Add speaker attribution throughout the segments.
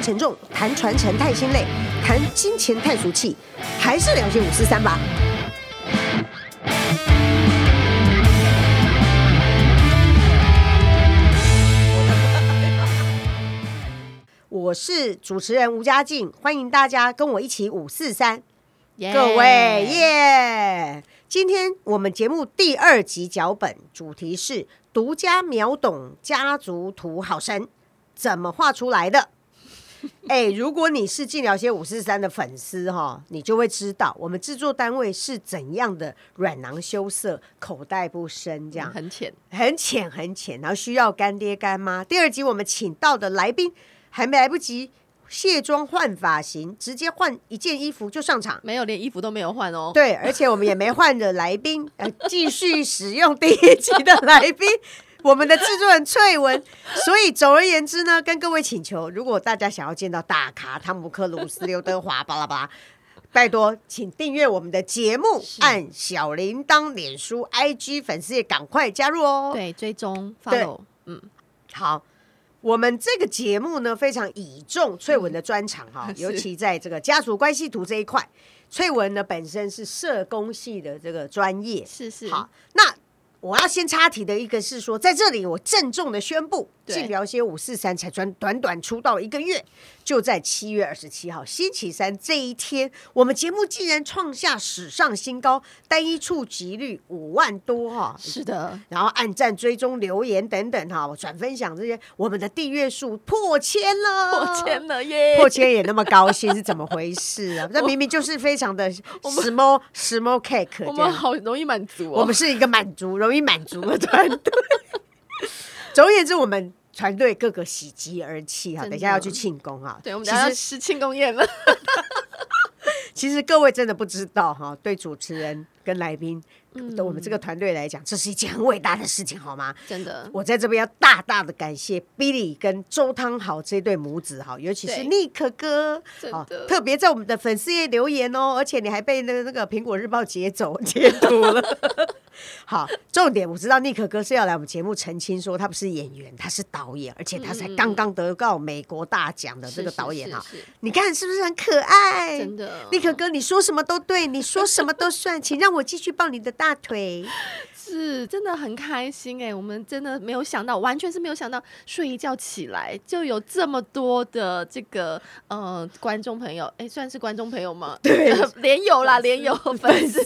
Speaker 1: 沉重，谈传承太心累，谈金钱太俗气，还是两千五四三吧。 我是主持人吴佳静，欢迎大家跟我一起五四三，各位耶！今天我们节目第二集脚本主题是独家秒懂家族图好神怎么画出来的。 哎、如果你是静聊些五四三的粉丝哈，你就会知道我们制作单位是怎样的软囊羞涩、口袋不深这样。
Speaker 2: 很浅，
Speaker 1: 很浅很浅，然后需要干爹干妈。第二集我们请到的来宾还没来不及卸妆换发型，直接换一件衣服就上场。
Speaker 2: 没有连衣服都没有换哦。
Speaker 1: 对，而且我们也没换的来宾，呃，继续使用第一集的来宾，我们的制作人翠文。所以总而言之呢，跟各位请求，如果大家想要见到大咖汤姆克鲁斯、刘德华，巴拉巴拉。拜托，请订阅我们的节目，按小铃铛、脸书、IG 粉丝也赶快加入哦。
Speaker 2: 对，追踪
Speaker 1: 对
Speaker 2: follow，嗯，
Speaker 1: 好，我们这个节目呢非常倚重翠文的专长哈、
Speaker 2: 嗯 是
Speaker 1: 尤其在这个家族关系图这一块，翠文呢本身是社工系的这个专业。
Speaker 2: 是是，
Speaker 1: 好，那我要先插题的一个是说，在这里我郑重的宣布，
Speaker 2: 对
Speaker 1: 静聊些五四三才短短短出道一个月，就在七月二十七号星期三这一天，我们节目竟然创下史上新高，单一触及率五万多哈、
Speaker 2: 是的，
Speaker 1: 然后按赞、追踪、留言等等哈，我转分享这些，我们的订阅数破千了，
Speaker 2: 破千，了耶，
Speaker 1: 破千也那么高兴是怎么回事 啊？那明明就是非常的 small small cake 这
Speaker 2: 我们
Speaker 1: 样，
Speaker 2: 好容易满足哦。
Speaker 1: 我们是一个满足、容易满足的团队。 总而言之，我们团队各个喜极而泣哈，
Speaker 2: 真的
Speaker 1: 等一下要去庆功啊。
Speaker 2: 对，我们
Speaker 1: 其
Speaker 2: 等一下要
Speaker 1: 实
Speaker 2: 吃庆功 宴了。
Speaker 1: 其实各位真的不知道哈，对主持人跟来宾，
Speaker 2: 嗯
Speaker 1: 对我们这个团队来讲，这是一件很伟大的事情，好吗？
Speaker 2: 真的，
Speaker 1: 我在这边要大大的感谢 Billy 跟周汤豪这对母子哈，尤其是
Speaker 2: 对
Speaker 1: 尼克哥，
Speaker 2: 真
Speaker 1: 好
Speaker 2: 的
Speaker 1: 特别在我们的粉丝页留言哦，而且你还被那个那个苹果日报截走截图了。 好，重点我知道尼克哥是要来我们节目澄清说他不是演员，他是导演，而且他才刚刚得到美国大奖的这个
Speaker 2: 嗯是
Speaker 1: 导演
Speaker 2: 是
Speaker 1: 哈，哎
Speaker 2: 是是
Speaker 1: 你看是不是很可爱？
Speaker 2: 真的，
Speaker 1: 尼克哥，你说什么都对，你说什么都算，请让我继续抱你的大腿。
Speaker 2: 是真的很开心哎、我们真的没有想到，完全是没有想到，睡一觉起来就有这么多的这个呃观众朋友，哎、算是观众朋友吗？对， 连友啦，连友粉丝，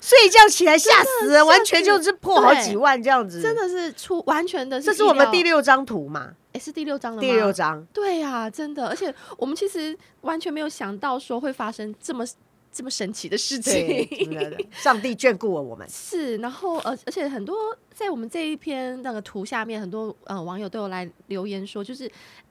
Speaker 1: 睡一觉起来吓死人，
Speaker 2: 吓
Speaker 1: 完全就是破好几万这样子。
Speaker 2: 真，的是出完全的
Speaker 1: 这是我们第
Speaker 2: 六，
Speaker 1: 六张图嘛？
Speaker 2: 哎、是第六章了吗？
Speaker 1: 第六 章，
Speaker 2: 对呀、真的，而且我们其实完全没有想到说会发生这么这么神奇的事
Speaker 1: 对，
Speaker 2: 情。
Speaker 1: 真的上帝眷顾了我们。
Speaker 2: 是，然后呃，而且很多在我们这一篇那个图下面，很多呃网友都有来留言说，就是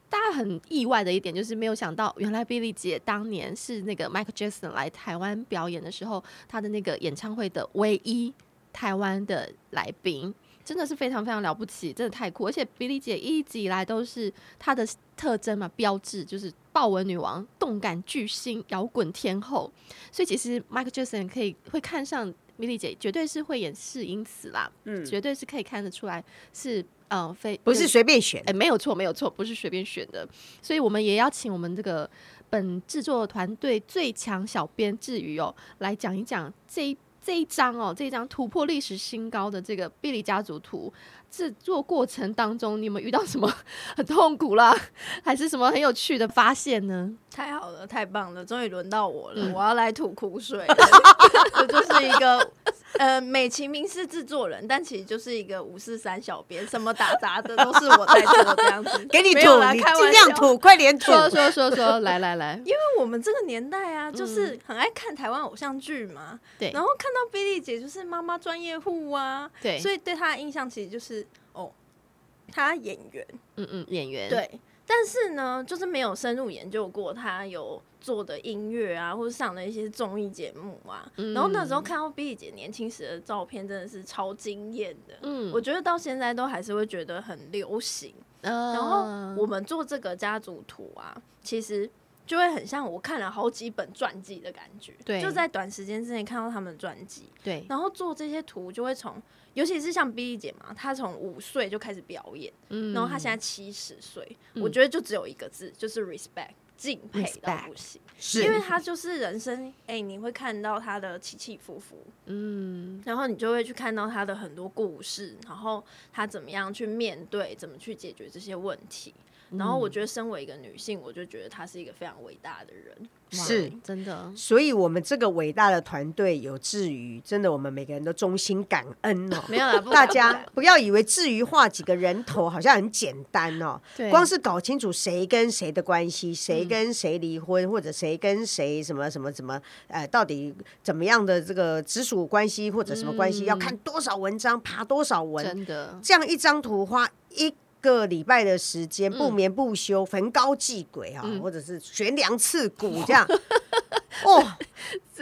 Speaker 2: 大家很意外的一点，就是没有想到，原来 Billy 姐当年是那个 Michael Jackson 来台湾表演的时候，她的那个演唱会的唯一台湾的来宾。真的是非常非常了不起，真的太酷！而且 Billy 姐一直以来都是她的特征嘛，标志就是豹纹女王、动感巨星、摇滚天后。所以其
Speaker 1: 嗯
Speaker 2: 实 Michael Jackson 可以会看上 Billy 姐，绝对是慧眼识英词啦，
Speaker 1: 嗯，
Speaker 2: 绝对是可以看得出来是呃非
Speaker 1: 不是随便选。
Speaker 2: 哎、。没有错，没有错，不是随便选的。所以我们也邀请我们这个本制作团队最强小编志宇哦，来讲一讲这一这一张哦，这一张突破历史新高的这个比利家族图制作过程当中，你有没有遇到什么 很痛苦啦，还是什么很有趣的发现呢？
Speaker 3: 太好了，太棒了，终于轮到我了，
Speaker 2: 嗯
Speaker 3: 我要来吐苦水了。我就是一个呃，美其名是制作人，但其实就是一个五四三小编，什么打杂的都是我在做，这样子
Speaker 1: 给你
Speaker 3: 没有
Speaker 1: 吐，
Speaker 3: 啦
Speaker 1: 你
Speaker 3: 开玩
Speaker 1: 尽量
Speaker 3: 笑
Speaker 1: 吐，快点吐。
Speaker 2: 说说说说，来来来，
Speaker 3: 因为我们这个年代啊，就是
Speaker 1: 嗯
Speaker 3: 很爱看台湾偶像剧嘛，
Speaker 2: 对
Speaker 3: 然后看到比利姐就是妈妈专业户啊，
Speaker 2: 对，
Speaker 3: 所以对她的印象其实就是哦，她演员
Speaker 2: 嗯嗯，演员，
Speaker 3: 对，但是呢，就是没有深入研究过他有做的音乐啊，或者上的一些综艺节目啊。
Speaker 2: 嗯
Speaker 3: 然后那时候看到 B 姐年轻时的照片，真的是超惊艳的。
Speaker 2: 嗯，
Speaker 3: 我觉得到现在都还是会觉得很流行。
Speaker 2: 呃
Speaker 3: 然后我们做这个家族图啊，其实就会很像我看了好几本传记的感觉。
Speaker 2: 对
Speaker 3: 就在短时间之内看到他们传记，
Speaker 2: 对，
Speaker 3: 然后做这些图就会从，尤其是像 B 姐嘛，她从五岁就开始表演。
Speaker 2: 嗯
Speaker 3: 然后他现在七十岁，
Speaker 2: 嗯
Speaker 3: 我觉得就只有一个字，就是 respect。敬佩到不行，
Speaker 1: 是
Speaker 3: 因为他就是人生，哎、你会看到他的起起伏伏，
Speaker 2: 嗯，
Speaker 3: 然后你就会去看到他的很多故事，然后他怎么样去面对，怎么去解决这些问题。然后
Speaker 2: 嗯
Speaker 3: 我觉得，身为一个女性，我就觉得她是一个非常伟大的 人。
Speaker 2: 哇
Speaker 1: 是
Speaker 2: 真 的，
Speaker 1: 所以，我们这个伟大的团队有志于，真的，我们每个人都衷心感恩 哦。
Speaker 3: 没有啦，不
Speaker 1: 大
Speaker 3: 敢
Speaker 1: 家不要以为志于画几个人头好像很简单哦，
Speaker 2: 对嗯
Speaker 1: 光是搞清楚谁跟谁的关系，谁跟谁离婚，或者谁跟谁什么什么什么，呃，到底怎么样的这个直属关系或者什么关系，
Speaker 2: 嗯
Speaker 1: 要看多少文章，爬多少文，
Speaker 2: 真的，
Speaker 1: 这样一张图花一个礼拜的时间，
Speaker 2: 嗯
Speaker 1: 不眠不休，焚膏祭鬼啊，
Speaker 2: 嗯
Speaker 1: 或者是悬梁刺股 这样。哦，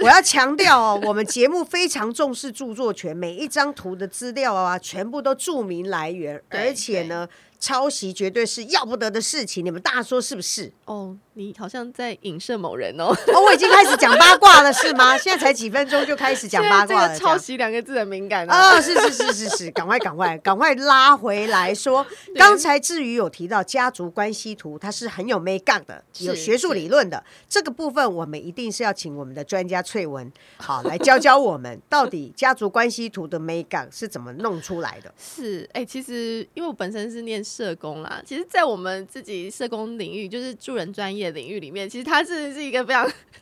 Speaker 1: 我要强调哦，我们节目非常重视著作权，每一张图的资料啊，全部都注明来源，
Speaker 3: 对
Speaker 1: 而且呢，抄袭绝对是要不得的事情，你们大家说是不是？
Speaker 2: 哦，你好像在影射某人哦，
Speaker 1: 哦，我已经开始讲八卦了，是吗？现在才几分钟就开始讲
Speaker 2: 现在
Speaker 1: 八卦
Speaker 2: 这
Speaker 1: 了，
Speaker 2: 个
Speaker 1: 这样
Speaker 2: 抄袭两个字很敏感啊，
Speaker 1: 哦，是是是是是，赶快赶快赶快拉回来说，刚才志宇有提到家族关系图，它是很有 make up 的，有
Speaker 2: 是
Speaker 1: 学术理论的这个部分，我们一定是要请我们的专家翠文好来教教我们，到底家族关系图的 make up 是怎么弄出来的？
Speaker 2: 是，哎、其实因为我本身是念社工啦，其实，在我们自己社工领域，就是助人专业领域里面，其实它是是一个非常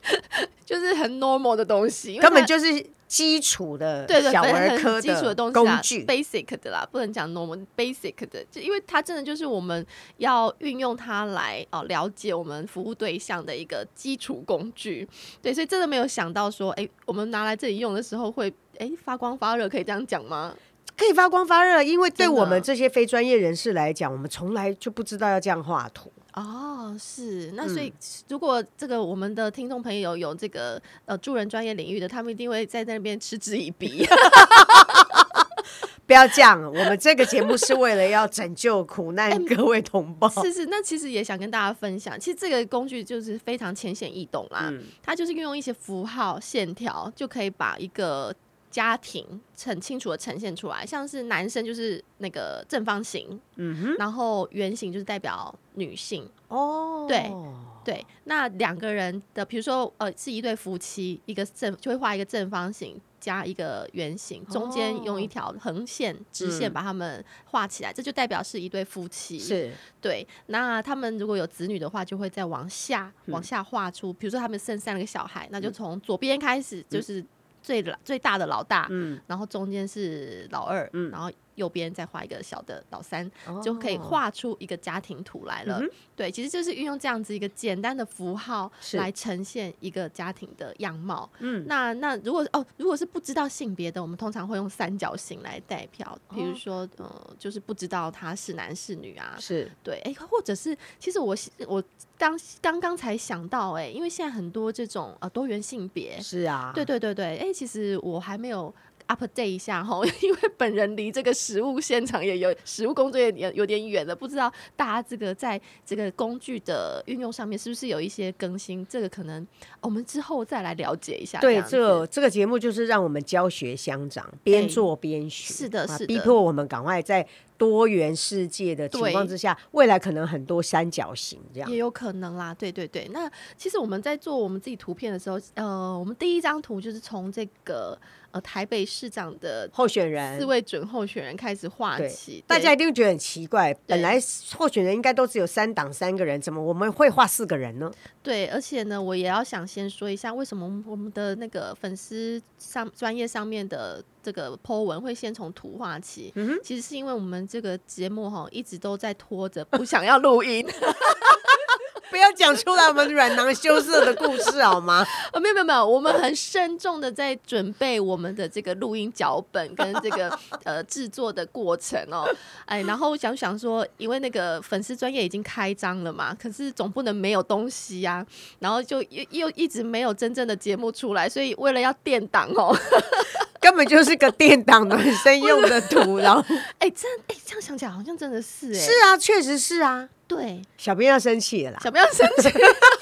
Speaker 2: 就是很 normal 的东西， 因为
Speaker 1: 根本
Speaker 2: 它
Speaker 1: 就是基础的
Speaker 2: 对对
Speaker 1: 小
Speaker 2: 很
Speaker 1: 儿
Speaker 2: 很
Speaker 1: 科
Speaker 2: 基础的东西啊
Speaker 1: 工
Speaker 2: 啦
Speaker 1: 具。
Speaker 2: ，basic 的啦，不能讲 normal basic 的，就因为它真的就是我们要运用它来哦、了解我们服务对象的一个基础工具。对，所以真的没有想到说，哎、我们拿来这里用的时候会哎、发光发热，可以这样讲吗？
Speaker 1: 可以发光发热，因为对
Speaker 2: 真的
Speaker 1: 我们这些非专业人士来讲，我们从来就不知道要这样画图。
Speaker 2: 哦，是那
Speaker 1: 嗯
Speaker 2: 所以，如果这个我们的听众朋友有这个呃助人专业领域的，他们一定会在那边嗤之以 鼻。哦
Speaker 1: 不要这样，我们这个节目是为了要拯救苦难 各位同胞。
Speaker 2: 哎是是，那其实也想跟大家分享，其实这个工具就是非常浅显易懂啦，
Speaker 1: 嗯
Speaker 2: 它就是运用一些符号、线条就可以把一个家庭很清楚的呈现出来，像是男生就是那个正方形，
Speaker 1: 嗯哼，
Speaker 2: 然后圆形就是代表女性，
Speaker 1: 哦，
Speaker 2: 对对，那两个人的，比如说呃，是一对夫妻，一个正就会画一个正方形加一个圆形，中间用一
Speaker 1: 哦
Speaker 2: 条横线、直线
Speaker 1: 嗯
Speaker 2: 把它们画起来，这就代表是一对夫妻。
Speaker 1: 是
Speaker 2: 对，那他们如果有子女的话，就会再往下往
Speaker 1: 嗯
Speaker 2: 下画出，比如说他们生三个小孩，那就从左边开始就是最老最大的老大，
Speaker 1: 嗯，
Speaker 2: 然后中间是老二，
Speaker 1: 嗯
Speaker 2: 然后右边再画一个小的老三，
Speaker 1: 哦
Speaker 2: 就可以画出一个家庭图来了。
Speaker 1: 嗯
Speaker 2: 对，其实就是运用这样子一个简单的符号
Speaker 1: 是
Speaker 2: 来呈现一个家庭的样貌。
Speaker 1: 嗯
Speaker 2: 那那如果哦，如果是不知道性别的，我们通常会用三角形来代表，比如
Speaker 1: 哦
Speaker 2: 说、呃，就是不知道他是男是女啊，
Speaker 1: 是
Speaker 2: 对，哎、或者是其实我我刚刚刚才想到、哎，因为现在很多这种呃多元性别，
Speaker 1: 是啊，
Speaker 2: 对对对对，哎、其实我还没有 update 一下哈， 因为本人离这个实物现场也有实物工作也也有点远了，不知道大家这个在这个工具的运用上面是不是有一些更新？这个可能哦我们之后再来了解一下。
Speaker 1: 对，
Speaker 2: 样
Speaker 1: 这个这个节目就是让我们教学相长，边做边学。
Speaker 2: 是的
Speaker 1: 啊
Speaker 2: 是的
Speaker 1: 逼迫我们赶快在多元世界的情况
Speaker 2: 对
Speaker 1: 之下，未来可能很多三角形这样
Speaker 2: 也。有可能啦，对对对。那其实我们在做我们自己图片的时候，呃，我们第一张图就是从这个呃台北市长的
Speaker 1: 候选人
Speaker 2: 四位准候选人开始画
Speaker 1: 对
Speaker 2: 起，
Speaker 1: 大
Speaker 2: 对
Speaker 1: 家一定会觉得很奇怪，本
Speaker 2: 对
Speaker 1: 来候选人应该都只有三档三个人，怎么我们会画四个人呢？
Speaker 2: 对，而且呢，我也要想先说一下，为什么我们我们的那个粉丝上专业上面的这个 Po 文会先从图画起？
Speaker 1: 嗯哼
Speaker 2: 其实是因为我们这个节目哈一直都在拖着，不想要录音。
Speaker 1: 不要讲出来我们软囊羞涩的故事好吗？
Speaker 2: 哦，没有没有没有，我们很慎重的在准备我们的这个录音脚本跟这个呃制作的过程哦，哎，然后想想说，因为那个粉丝专业已经开张了嘛，可是总不能没有东西呀、然后就又又一直没有真正的节目出来，所以为了要垫档哦，
Speaker 1: 根本就是个电档暖身用的图，然后
Speaker 2: 哎，真哎这样想起来好像真的是哎，
Speaker 1: 是啊，确实是啊，
Speaker 2: 对，
Speaker 1: 小编要生气了啦。
Speaker 2: 小朋友生气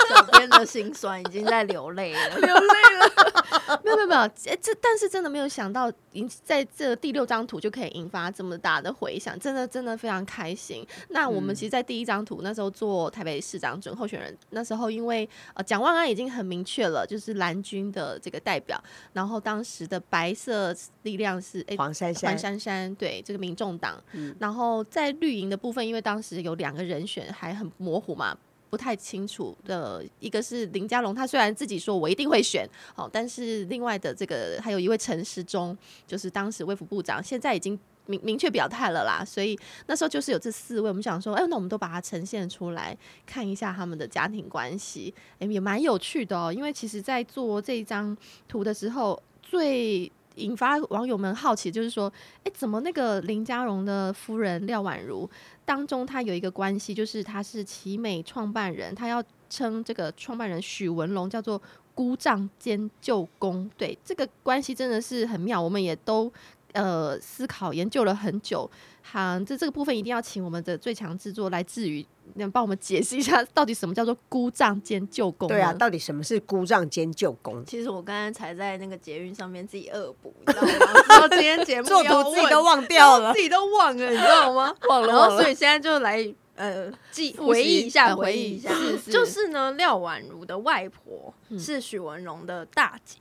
Speaker 3: 小编的心酸已经在流泪 了。
Speaker 2: 流泪了，没有没有没有，诶这但是真的没有想到，引起在这第六张图就可以引发这么大的回响，真的真的非常开心。那我们其实，在第一张图那时候做台北市长准候选人，那时候因为呃蒋万安已经很明确了，就是蓝军的这个代表，然后当时的白色力量是哎。
Speaker 1: 黄珊珊
Speaker 2: 黄，珊珊对这个民众党，
Speaker 1: 嗯
Speaker 2: 然后在绿营的部分，因为当时有两个人选还很模糊嘛，不太清楚的，一个是林佳龙，他虽然自己说我一定会选，哦，但是另外的这个还有一位陈时中，就是当时卫福部长，现在已经。明明确表态了啦，所以那时候就是有这四位，我们想说，哎、那我们都把它呈现出来，看一下他们的家庭关系，哎、也蛮有趣的哦。因为其实，在做这一张图的时候，最引发网友们好奇，就是说，哎、怎么那个林佳荣的夫人廖婉如当中，她有一个关系，就是她是奇美创办人，她要称这个创办人许文龙叫做姑丈兼舅公，对这个关系真的是很妙，我们也都。呃，思考研究了很久，好，这这个部分一定要请我们的最强制作来自于，能帮我们解释一下，到底什么叫做姑丈兼舅公呢？
Speaker 1: 对啊，到底什么是姑丈兼舅公？
Speaker 3: 其实我刚刚才在那个捷运上面自己恶补，你知道吗？ 知道今天节目
Speaker 1: 做
Speaker 3: 要
Speaker 1: 图自己
Speaker 3: 问
Speaker 1: 都忘掉
Speaker 3: 然后
Speaker 1: 了
Speaker 3: 自。己都忘了，你知道 吗？
Speaker 2: 忘了
Speaker 3: 然后
Speaker 2: 忘了
Speaker 3: 所以现在就来呃记
Speaker 2: 复习
Speaker 3: 回忆一下，
Speaker 2: 呃
Speaker 3: 回忆一下
Speaker 2: 是是，
Speaker 3: 就是呢，廖婉如的外婆
Speaker 2: 嗯
Speaker 3: 是许文龙的大姐，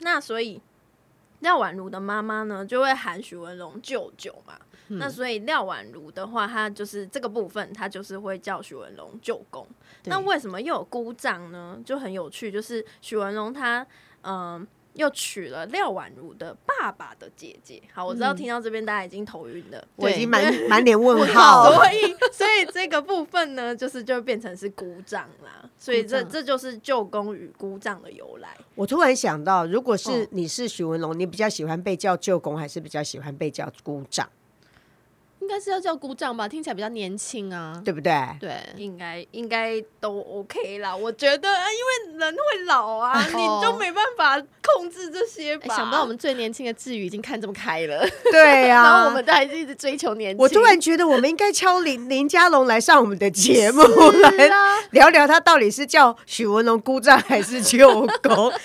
Speaker 3: 那所以。廖婉如的妈妈呢，就会喊许文龙舅舅嘛。
Speaker 2: 嗯
Speaker 3: 那所以廖婉如的话，她就是这个部分，她就是会叫许文龙舅公。
Speaker 2: 对
Speaker 3: 那为什么又有姑丈呢？就很有趣，就是许文龙他嗯、又娶了廖婉如的爸爸的姐姐。好，我知道
Speaker 2: 嗯
Speaker 3: 听到这边大家已经头晕了。
Speaker 1: 我已经
Speaker 2: 对
Speaker 1: 满满脸问号
Speaker 2: 哦
Speaker 1: 了。
Speaker 3: 所以，所以这个部分呢，就是就变成是姑丈啦，所以这
Speaker 2: 姑丈
Speaker 3: 这就是舅公与姑丈的由来。
Speaker 1: 我突然想到，如果是
Speaker 2: 哦
Speaker 1: 你是许文龙，你比较喜欢被叫舅公，还是比较喜欢被叫姑丈？
Speaker 2: 应该是要叫姑丈吧，听起来比较年轻啊。
Speaker 1: 对不 对？
Speaker 2: 对，
Speaker 3: 应该应该都 OK 啦，我觉得，啊因为人会老啊，
Speaker 2: 哦
Speaker 3: 你就没办法控制这些
Speaker 2: 哎
Speaker 3: 吧。
Speaker 2: 想不到我们最年轻的志宇已经看这么开了，
Speaker 1: 对呀、
Speaker 2: 然后我们都还是一直追求年轻。
Speaker 1: 我突然觉得我们应该敲林林家龙来上我们的节目
Speaker 2: 是
Speaker 1: 来
Speaker 2: 啊，
Speaker 1: 聊聊，他到底是叫许文龙姑丈还是舅公？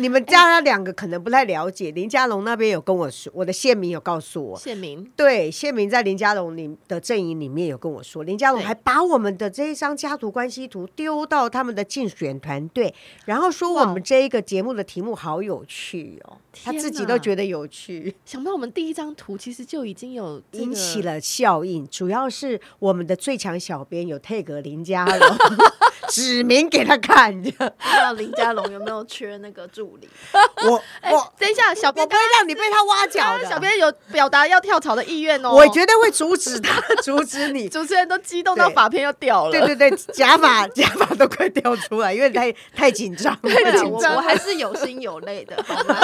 Speaker 1: 你们家他两个可能不太了解，林家龙那边有跟我说，我的县民有告诉我，
Speaker 2: 谢明
Speaker 1: 对，谢明在林家龙里的阵营里面有跟我说，林家龙
Speaker 2: 对
Speaker 1: 还把我们的这一张家族关系图丢到他们的竞选团队，然后说我
Speaker 2: 哇
Speaker 1: 们这一个节目的题目好有趣哦，他
Speaker 2: 天
Speaker 1: 自己
Speaker 2: 哪
Speaker 1: 都觉得有趣，
Speaker 2: 想不到我们第一张图其实就已经有这个
Speaker 1: 引起了效应。主要是我们的最强小编有 take 林家龙， 指名给他看的。
Speaker 3: 不知道林家龙有没有缺那个助理？
Speaker 1: 我我
Speaker 2: 哎等一下，小
Speaker 1: 我
Speaker 2: 编
Speaker 1: 不会让你被他挖角
Speaker 2: 刚刚
Speaker 1: 的，
Speaker 2: 小。编有表达要跳槽的意愿哦。
Speaker 1: 我绝对会阻止他， 阻止你。
Speaker 2: 主持人都激动到发片要掉了。
Speaker 1: 对对对，假发假发都快掉出来，因为太太紧张了，
Speaker 3: 对
Speaker 1: 太
Speaker 3: 啦
Speaker 1: 紧
Speaker 3: 我
Speaker 1: 张
Speaker 3: 我
Speaker 1: 了。
Speaker 3: 还是有心有泪的，好吗？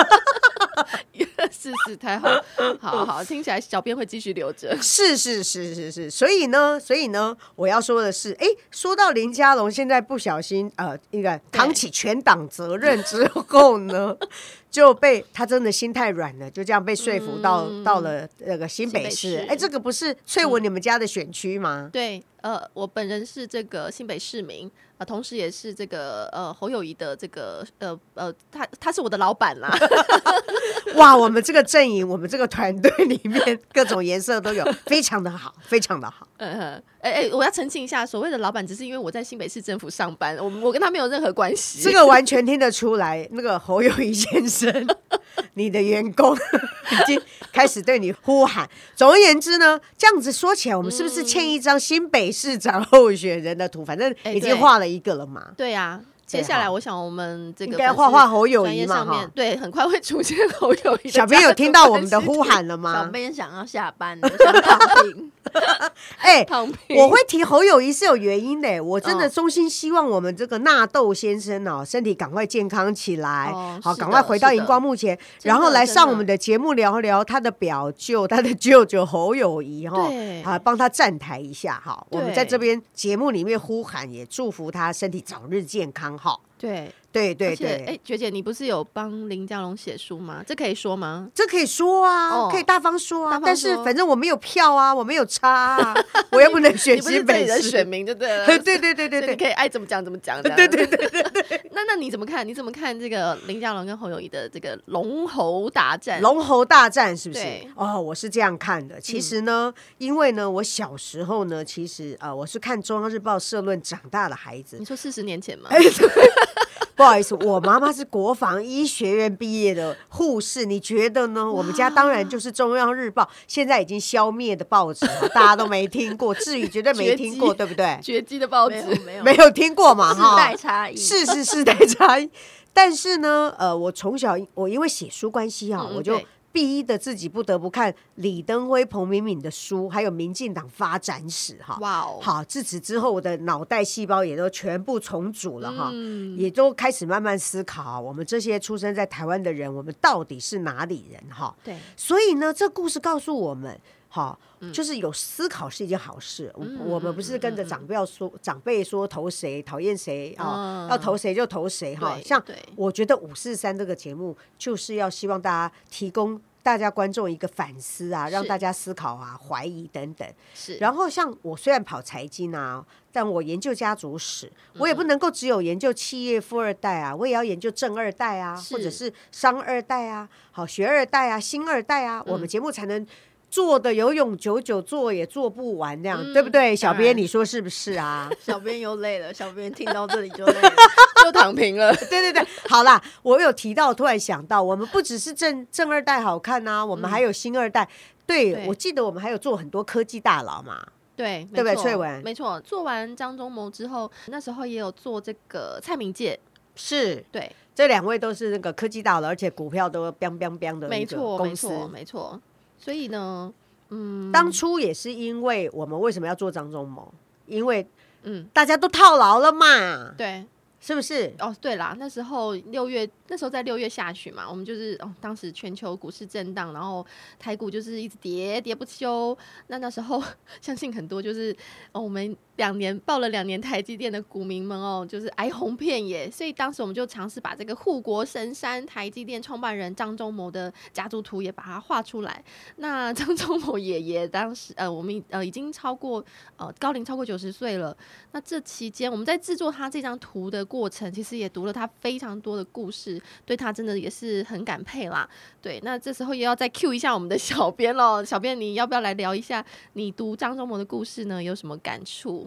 Speaker 2: 是是太好，好好听起来小编会继续留着。
Speaker 1: 是是是是是，所以呢，所以呢，我要说的是，哎，说到林佳龙现在不小心呃，一个扛起全党责任之后呢， 就被他真的心太软了，就这样被说服到、
Speaker 2: 嗯
Speaker 1: 到了那个新北
Speaker 2: 新北
Speaker 1: 市
Speaker 2: 市。
Speaker 1: 哎，这个不是翠文你们家的选区吗？
Speaker 2: 对，呃，我本人是这个新北市民啊、同时也是这个呃侯友谊的这个呃呃，他他是我的老板啦，
Speaker 1: 哇，我们这个阵营，我们这个团队里面各种颜色都有，非常的好，非常的好。
Speaker 2: 嗯哼，哎哎，我要澄清一下，所谓的老板只是因为我在新北市政府上班，我们我跟他没有任何关系。
Speaker 1: 这个完全听得出来，那个侯友谊先生，你的员工已经开始对你呼喊。总而言之呢，这样子说起来，我们是不是欠一张新北市长候选人的图？反正
Speaker 2: 哎
Speaker 1: 已经
Speaker 2: 对
Speaker 1: 画了一个了嘛。
Speaker 2: 对啊，接下来我想我们这个
Speaker 1: 应该
Speaker 2: 粉丝
Speaker 1: 画画侯友
Speaker 2: 专
Speaker 1: 谊
Speaker 2: 业
Speaker 1: 嘛
Speaker 2: 上面
Speaker 1: 哈
Speaker 2: 对，很快会出现侯友 谊。
Speaker 1: 小编有听到我们的呼，喊了
Speaker 3: 小
Speaker 1: 吗？
Speaker 3: 编想要下班了，想躺平。
Speaker 1: 哎、
Speaker 2: 旁 边
Speaker 1: 我会提侯友谊是有原因的，我真的
Speaker 2: 嗯
Speaker 1: 衷心希望我们这个纳豆先生哦，身体赶快健康起来，
Speaker 2: 哦
Speaker 1: 好，
Speaker 2: 是的
Speaker 1: 赶快回到
Speaker 2: 是的
Speaker 1: 荧光幕前，
Speaker 2: 真的
Speaker 1: 然后来
Speaker 2: 真
Speaker 1: 上
Speaker 2: 的
Speaker 1: 我们的节目聊聊他的表舅、他的舅舅侯友谊哈、
Speaker 2: 对
Speaker 1: 哦好，帮他站台一下哈。我们
Speaker 2: 对
Speaker 1: 在这边节目里面呼喊，也祝福他身体早日健康哈。
Speaker 2: 对
Speaker 1: 对
Speaker 2: 而
Speaker 1: 对
Speaker 2: 且哎、
Speaker 1: 对，
Speaker 2: 学姐，你不是有帮林家龙写书吗？这可以说吗？
Speaker 1: 这可以说啊，
Speaker 2: 哦
Speaker 1: 可以大方说
Speaker 2: 大
Speaker 1: 啊
Speaker 2: 方，
Speaker 1: 但是
Speaker 2: 说
Speaker 1: 反正我没有票啊，我没有差 啊，我又不能选
Speaker 2: 你不
Speaker 1: 西
Speaker 2: 是这
Speaker 1: 北
Speaker 2: 里的
Speaker 1: 市
Speaker 2: 选民就对 了。
Speaker 1: 对对对对对
Speaker 2: 所以
Speaker 1: 对，
Speaker 2: 你可以爱怎么讲怎么讲。对对对 对对。那那你怎么看？你怎么看这个林佳龙跟侯友谊的这个龙猴大战？
Speaker 1: 龙猴大战是不是
Speaker 2: 对？嗯
Speaker 1: 哦，我是这样看的。其实呢，因为呢，我小时候呢，其实呃，我是看中央日报社论长大的孩子
Speaker 2: 你。说四十年前吗？
Speaker 1: 哎不好意思，我妈妈是国防医学院毕业的护士。你觉得 呢？我们家当然就是中央日报，现在已经消灭的报纸了，大家都没听过，至于绝对没
Speaker 2: 绝
Speaker 1: 听
Speaker 2: 迹
Speaker 1: 过，对不对？
Speaker 2: 绝迹的报
Speaker 3: 没
Speaker 2: 纸
Speaker 3: 有没有
Speaker 1: 没有听过嘛？
Speaker 3: 世
Speaker 1: 哈，
Speaker 3: 代差异
Speaker 1: 是是世代差异。但是呢，呃，我从小我因为写书关系啊，
Speaker 2: 嗯
Speaker 1: 我就
Speaker 2: 对
Speaker 1: 逼得自己不得不看李登辉、彭明敏的书，还有民进党发展史哈。
Speaker 2: 哇哦，
Speaker 1: 好，自此之后，我的脑袋细胞也都全部重组了哈，
Speaker 2: 嗯
Speaker 1: 也都开始慢慢思考，啊我们这些出生在台湾的人，我们到底是哪里人哈？
Speaker 2: 对，
Speaker 1: 所以呢，这故事告诉我们，哈、就是有思考是一件好事。我
Speaker 2: 嗯
Speaker 1: 我们不是跟着长辈要说、长辈说投谁，讨厌谁啊，
Speaker 2: 嗯
Speaker 1: 要投谁就投谁哈。
Speaker 2: 对
Speaker 1: 像
Speaker 2: 对
Speaker 1: 我觉得五四三这个节目，就是要希望大家提供大家观众一个反思啊，让
Speaker 2: 是
Speaker 1: 大家思考啊、怀疑等等。
Speaker 2: 是，
Speaker 1: 然后像我虽然跑财经啊，但我研究家族史，
Speaker 2: 嗯
Speaker 1: 我也不能够只有研究企业富二代啊，我也要研究正二代啊，或者
Speaker 2: 是
Speaker 1: 是商二代啊，好学二代啊，新二代啊，
Speaker 2: 嗯
Speaker 1: 我们节目才能。做的有永久久，做也做不完，这样、
Speaker 2: 嗯
Speaker 1: 对不对？小
Speaker 2: 当
Speaker 1: 编，
Speaker 2: 然
Speaker 1: 你说是不是啊？
Speaker 3: 小编又累了，小编听到这里就累了。
Speaker 2: 就躺平 了。
Speaker 1: 对对对，好啦，我有提到，突然想到，我们不只是正正二代好看呐、我们还有新二代。对，
Speaker 2: 对
Speaker 1: 我记得我们还有做很多科技大佬嘛，
Speaker 2: 对，
Speaker 1: 对不对
Speaker 2: 没错
Speaker 1: 翠文
Speaker 2: 没错，做完张忠谋之后，那时候也有做这个蔡明介，
Speaker 1: 是
Speaker 2: 对，
Speaker 1: 这两位都是那个科技大佬，而且股票都 biang biang biang 的
Speaker 2: 没
Speaker 1: 一个
Speaker 2: 错，没
Speaker 1: 公司。
Speaker 2: 错，没错。所以呢，嗯，
Speaker 1: 当初也是因为我们为什么要做张忠谋？因为
Speaker 2: 嗯，
Speaker 1: 大家都套牢了嘛，
Speaker 2: 对，
Speaker 1: 是不是？
Speaker 2: 哦，对啦，那时候六月，那时候在六月下旬嘛，我们就是哦，当时全球股市震荡，然后台股就是一直跌跌不休。那那时候 相信很多就是、哦、我们两年报了两年台积电的股民们哦，就是哀鸿遍野。所以当时我们就尝试把这个护国神山台积电创办人张忠谋的家族图也把它画出来。那张忠谋 爷爷当时呃，我们呃已经超过呃高龄超过九十岁了，那这期间，我们在制作他这张图的过程，其实也读了他非常多的故事，对他真的也是很感佩啦。对，那这时候也要再 Q 一下我们的小编喽，小编你要不要来聊一下你读张忠谋的故事呢？有什么感触？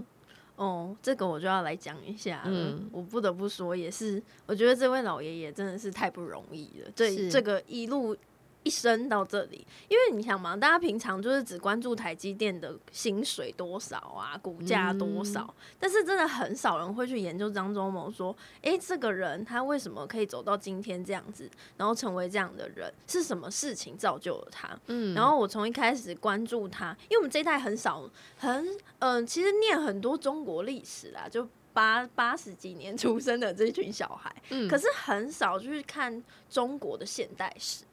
Speaker 3: 哦，这个我就要来讲一下了。
Speaker 2: 嗯
Speaker 3: 我不得不说，也是我觉得这位老爷爷真的是太不容易了。这
Speaker 2: 是
Speaker 3: 这个一路一生到这里，因为你想嘛，大家平常就是只关注台积电的薪水多少啊，股价
Speaker 2: 嗯
Speaker 3: 多少，但是真的很少人会去研究张忠谋说，诶，这个人他为什么可以走到今天这样子，然后成为这样的人，是什么事情造就了他？
Speaker 2: 嗯，
Speaker 3: 然后我从一开始关注他，因为我们这一代很少，很嗯、其实念很多中国历史啦，就八八十几年出生的这群小孩，
Speaker 2: 嗯，
Speaker 3: 可是很少去看中国的现代史。